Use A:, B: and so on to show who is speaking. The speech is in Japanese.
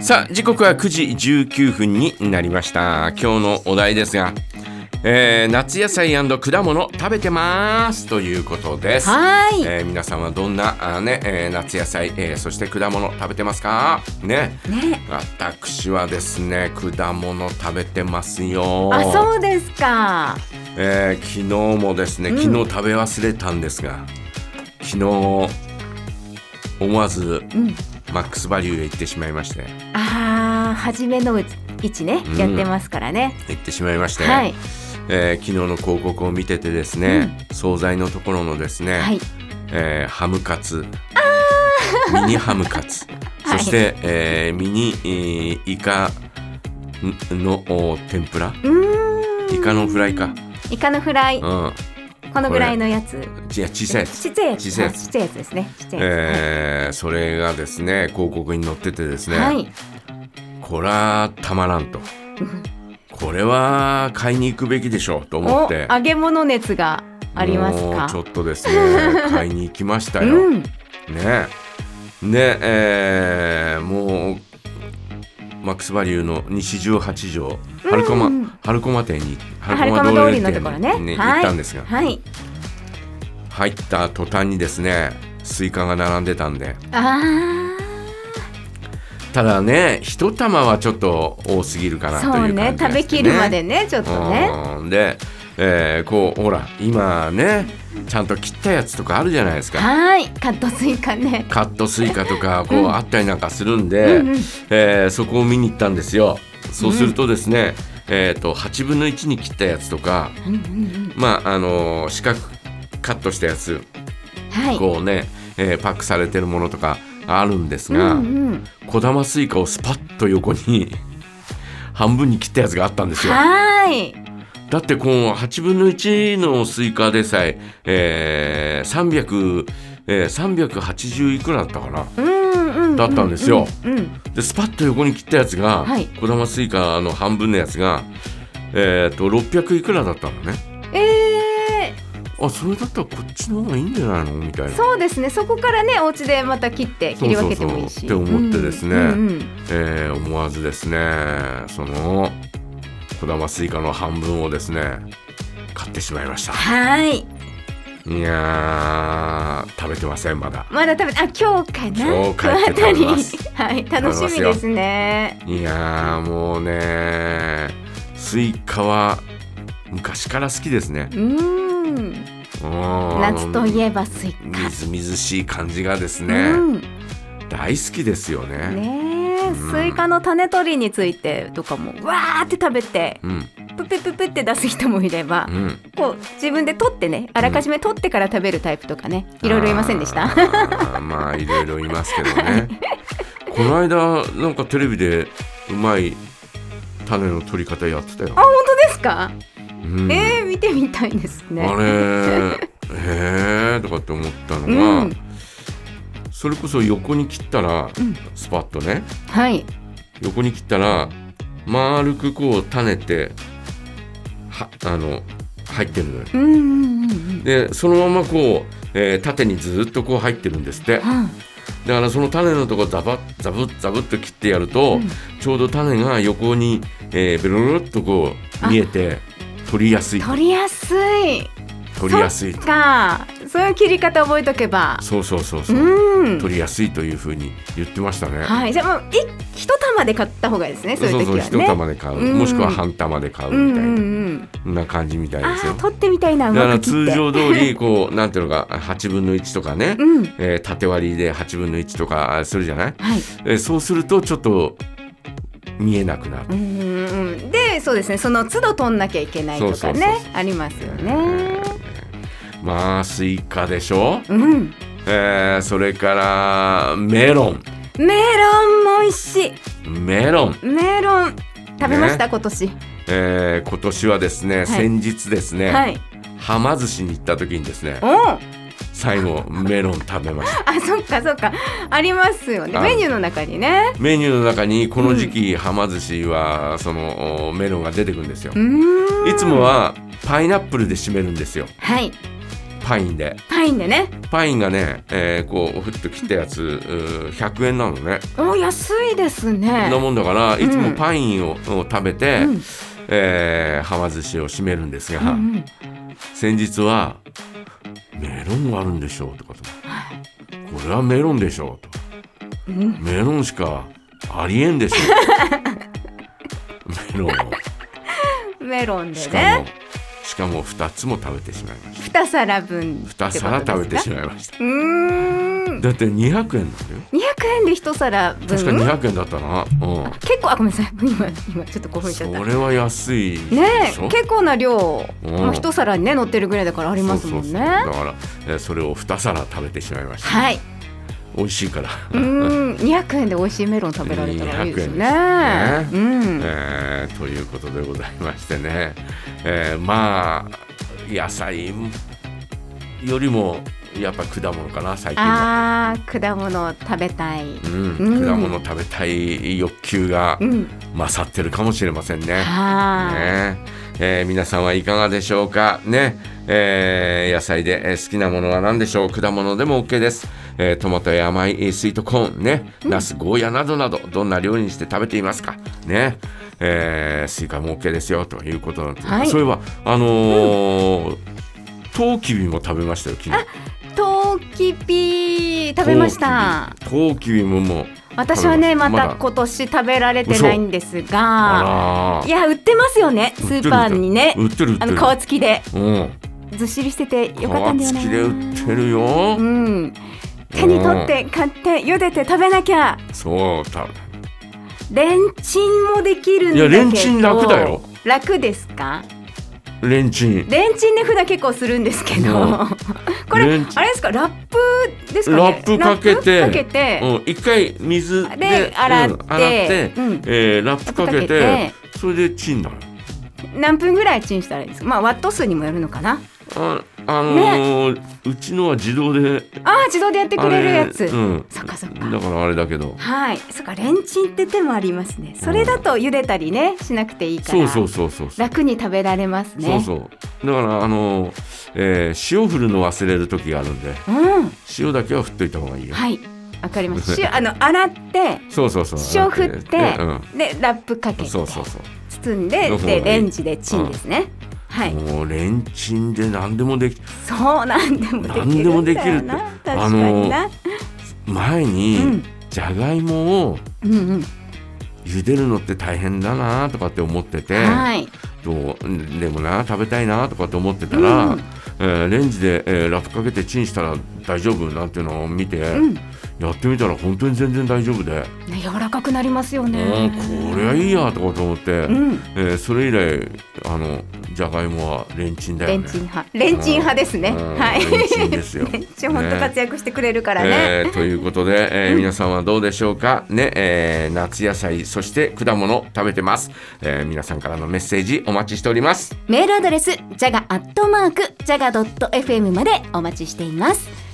A: さあ時刻は9時19分になりました今日のお題ですが、えー夏野菜果物食べてますということです
B: はーい
A: えー皆さんはどんなあーね、えー夏野菜、えーそして果物食べてますかね
B: ね
A: 私はですね果物食べてますよ
B: あそうですか
A: えー昨日もですね
B: うん
A: 昨日食べ忘れたんですが、昨日思わず
B: うん
A: マックスバリューへ行ってしまいまして
B: あー初めのうち位置ね、
A: うん
B: やってますからね
A: 行ってしまいまして、
B: はい
A: えー昨日の広告を見ててですね、惣菜のところのですね、
B: はい
A: えーハムカツミニハムカツ
B: は
A: そ
B: い
A: して、えーミニ、えーイカんのお天ぷら
B: うーん
A: イカのフライか、
B: イカのフライ
A: うん、
B: このぐらいのやつ
A: いや小さいやつ
B: ちっちゃいや
A: 小
B: つ
A: さいや
B: あ
A: つ
B: ちっちゃいやつですねちっちゃいや
A: えーそれがですね広告に載っててです
B: つ
A: ね、
B: はい
A: こらたまらん とこれは買いに行くべきでしょうと思っ
B: お
A: て
B: 揚げ物熱があります
A: もうちょ
B: か
A: っとです ね買いに行きましたよ、
B: うん
A: ねで、えーもうマックスバリューの西十八条春駒、
B: うん
A: 春駒店に
B: 春駒通りのところ
A: に
B: ね
A: 行ったんですが、
B: はい
A: 入った途端にですねスイカが並んでたんで
B: あ
A: ただね一玉はちょっと多すぎるか
B: ー
A: なという
B: そ
A: 感
B: う
A: じがして
B: ね
A: ね
B: 食べきるまでねちょっとね
A: うんで、えーこうほら今ねちゃんと切ったやつとかあるじゃないですか
B: はーいカットスイカね
A: カットスイカとかこうあったりなんかするんで、
B: うんうん
A: えーそこを見に行ったんですよそうするとですね、えー、と8分の1に切ったやつとか
B: うんうんうん
A: まああのー四角カットしたやつ
B: はい
A: こうね、えーパックされてるものとかあるんですが、
B: うんうん
A: 小玉スイカをスパッと横に 半分に切ったやつがあったんですよ。
B: はーい
A: だってこの8分の1のスイカでさええー、300えー、380いくらだったかな
B: うんうんうん
A: だったんですよ
B: うんうん
A: でスパッと横に切ったやつが、
B: はい
A: 小玉スイカの半分のやつが、えー、と600いくらだったのね
B: え
A: あそれだったらこっちの方がいいんじゃないのみたい
B: ー、
A: な
B: そうですねそこからねお家でまた切って切り分けてもいいし
A: そうそうそうって思ってですね
B: うんうん
A: えー思わずですねその小玉スイカの半分をですね買ってしまいました
B: はーい
A: いやー食べてませんまだ
B: まだ食べてあ今日かな
A: 今日帰って食べます
B: この辺り はい楽しみですね
A: いやーもうねスイカは昔から好きですね
B: うーん夏
A: 夏
B: といえばスイカ
A: みずみずしい感じがですね、
B: うんね
A: 大好きですよね
B: え
A: ん
B: スイカの種取りについてとかもわーって食べて
A: うん
B: ププププって出す人もいれば
A: うん
B: こう自分で取ってねあらかじめ取ってから食べるタイプとかねいろいろいませんでした
A: あーまあいろいろいますけどね この間なんかテレビでうまい種の取り方やってたよ
B: あ、本当ですか。
A: うん
B: えー、見てみたいですね。
A: あれへえとかって思ったの
B: う
A: が、
B: ん、
A: それこそ横に切ったら、
B: うん
A: スパッとね
B: はい。
A: 横に切ったら丸くこう種ってはあの入ってるのよ
B: うんうんうんうん。
A: でそのままこう、えー縦にずっとこう入ってるんですって
B: は
A: だからその種のとこザバッザブッザブッと切ってやると、
B: うん
A: ちょうど種が横に、えー、ベロロロっとこう見えて取りやすい
B: あ取りやすい。
A: 取りやすい
B: そっか、そういう切り方覚えとけば。
A: そうそうそうそう、
B: うん。
A: 取りやすいというふうに言ってましたね。
B: はい、じゃあもう一一玉で買った方がいいですね。そう
A: そ
B: いうう
A: そう
B: 時は
A: 一
B: ね。
A: 玉で買う、
B: うん
A: もしくは半玉で買う
B: うん
A: み
B: う
A: たいな、
B: んうん。
A: そんな感じみたい
B: あ
A: ですよ
B: ー、。取ってみたいな。う
A: だか
B: ま
A: ら
B: く切って
A: 通。常通 りこうなんていうのか8分の1とかね、
B: うん。
A: えー縦割りで8分の1とかするじゃない、
B: はい。
A: えーそうするとちょっと見えなくなる
B: う。んうんうん。で、そうですね。その都度取んなきゃいけないと
A: そ
B: か
A: うそうそう
B: ね。ありますよ
A: え
B: ね。
A: ーまあスイカでしょ、
B: うん。
A: えーそれからメロン
B: メロンも美味しい。
A: メロン、
B: メロン食べました、今年
A: えー今年はですね、先日ですね、
B: はい
A: はま寿司に行った時にですね
B: おん
A: 最後メロン食べました
B: あそっかそっかありますよね
A: あ
B: メニューの中にね
A: メニューの中にこの時期はま寿司はそのおメロンが出てくるんですよ
B: うーん
A: いつもはパイナップルで締めるんですよ
B: はい
A: パインで
B: パインでね
A: パインがね、えーこうふっと切ったやつうー100円なのね
B: お安いですね
A: なもんだからいつも
B: うん
A: パインを,、を食べて、
B: うん
A: えーはま寿司を締めるんですが、
B: うんうん
A: 先日は「メロンがあるんでしょ」とかと「これはメロンでしょ」と
B: う
A: 「
B: ん
A: メロンしかありえんでしょ」メロンを
B: メロンで
A: しかも
B: ね
A: しかも2つも食べてしまいまし
B: 2皿分
A: た2皿食べてし
B: ま
A: まいました
B: うーん
A: だって200円なんだよ
B: 200円で1皿分
A: 確か200円だったな、うん、
B: 結構あごめんなさい 今今ちょっと興奮しちゃ
A: そ
B: った
A: れは安いでしょ
B: ねえ結構な量、
A: うん
B: まあ、一皿にね乗ってるぐらいだからありますもん
A: そ
B: ね
A: うそうそうだから、えーそれを2皿食べてしまいました、
B: はい
A: 美味しいから、
B: うーん200円で美味しいメロン食べられたらいいですよね
A: 200円です
B: うん、
A: えーということでございましてね、えーまあ野菜よりもやっぱ果物かな最近は、
B: あー果物食べたい
A: うん
B: うん
A: 果物食べたい欲求が
B: うん
A: 勝ってるかもしれませんね。
B: は
A: ねえー皆さんはいかがでしょうかね、えー野菜でえー好きなものは何でしょう果物でも OK です、えートマトや甘いえースイートコーンねナスゴーヤなどなどどんな料理にして食べていますかねえースイカも OK ですよということなんですが、
B: はい
A: そういえばあのートウキビも食べましたよ昨日
B: いトウキビ食べました
A: トウキビトウキビももう
B: 私はね
A: 食べ
B: ま
A: ました
B: た今年食べられてないんですが
A: あ
B: いや売ってますよねス
A: ら
B: ーパーにね
A: 売ってる売って
B: あ
A: る
B: の
A: 売っ
B: 皮付きで
A: てるうん
B: ずっしりしててよかったんだよな
A: 皮付きで売ってるよ
B: うん手に取って買って茹でて食べなきゃ
A: そう食べ
B: レンチンもできるんだけ
A: い
B: ど
A: やレンチン楽だよ
B: 楽ですか
A: レンチン。
B: レンチンね普段結構するんですけど、
A: う
B: これ
A: レンチン
B: あれですかラップですかね
A: ラップかけて
B: ラップかけて
A: うん、一回水で
B: で洗っ
A: う
B: て
A: ん洗って
B: うん
A: えーラップかけて
B: ラップか
A: それでチンだよ
B: 何分ぐらいチンしたらいいですかまあワット数にもよるのかな
A: ああのーうちのは自動で
B: ああ自動でやってくれるやつ、
A: あれうん
B: そっかそっ
A: だ
B: か
A: からあれだけど
B: はいそっかレンチンって手もありますねそれだと茹でたりねしなくていいから
A: そうそうそうそうそう、
B: 楽に食べられますね
A: そうそうだからあのーえー塩振るの忘れる時があるんで
B: うん
A: 塩だけは振っといた方がいいよ、
B: はいわかり ました塩あの洗って
A: そうそうそう
B: 塩振って
A: 洗うん
B: でラップかけて
A: そうそうそう
B: 包んで
A: の方がい
B: で
A: い
B: レンジでチンですね、はい
A: もうレンチンで何でもでき
B: そうなんでもできるんだよな
A: 何でもできるって
B: 確かにな、
A: 前に、
B: うん
A: じゃがいもを
B: うんうん
A: 茹でるのって大変だなとかって思ってて、
B: はい
A: どうでもな食べたいなとかって思ってたら、
B: うん
A: えーレンジで、えーラップかけてチンしたら大丈夫なんていうのを見て、
B: うんね
A: やってみたら本当に全然大丈夫で、
B: 柔らかくなりますよ
A: う
B: ね
A: んこれはいいやとかと思って、
B: うん
A: えーそれ以来あのじゃがいもはレンチンだ
B: レ
A: よ
B: ン
A: ね
B: チン。派レンチン派ですね
A: うん
B: はい
A: レンチンですよ
B: レンチン本当活躍してくれるからね
A: えーということ で、えー皆さんはどうでしょうかね、えー夏野菜そして果物食べてます、えー皆さんからのメッセージお待ちしております
B: メールアドレス、じゃがアットマーク、じゃが .fm までお待ちしています。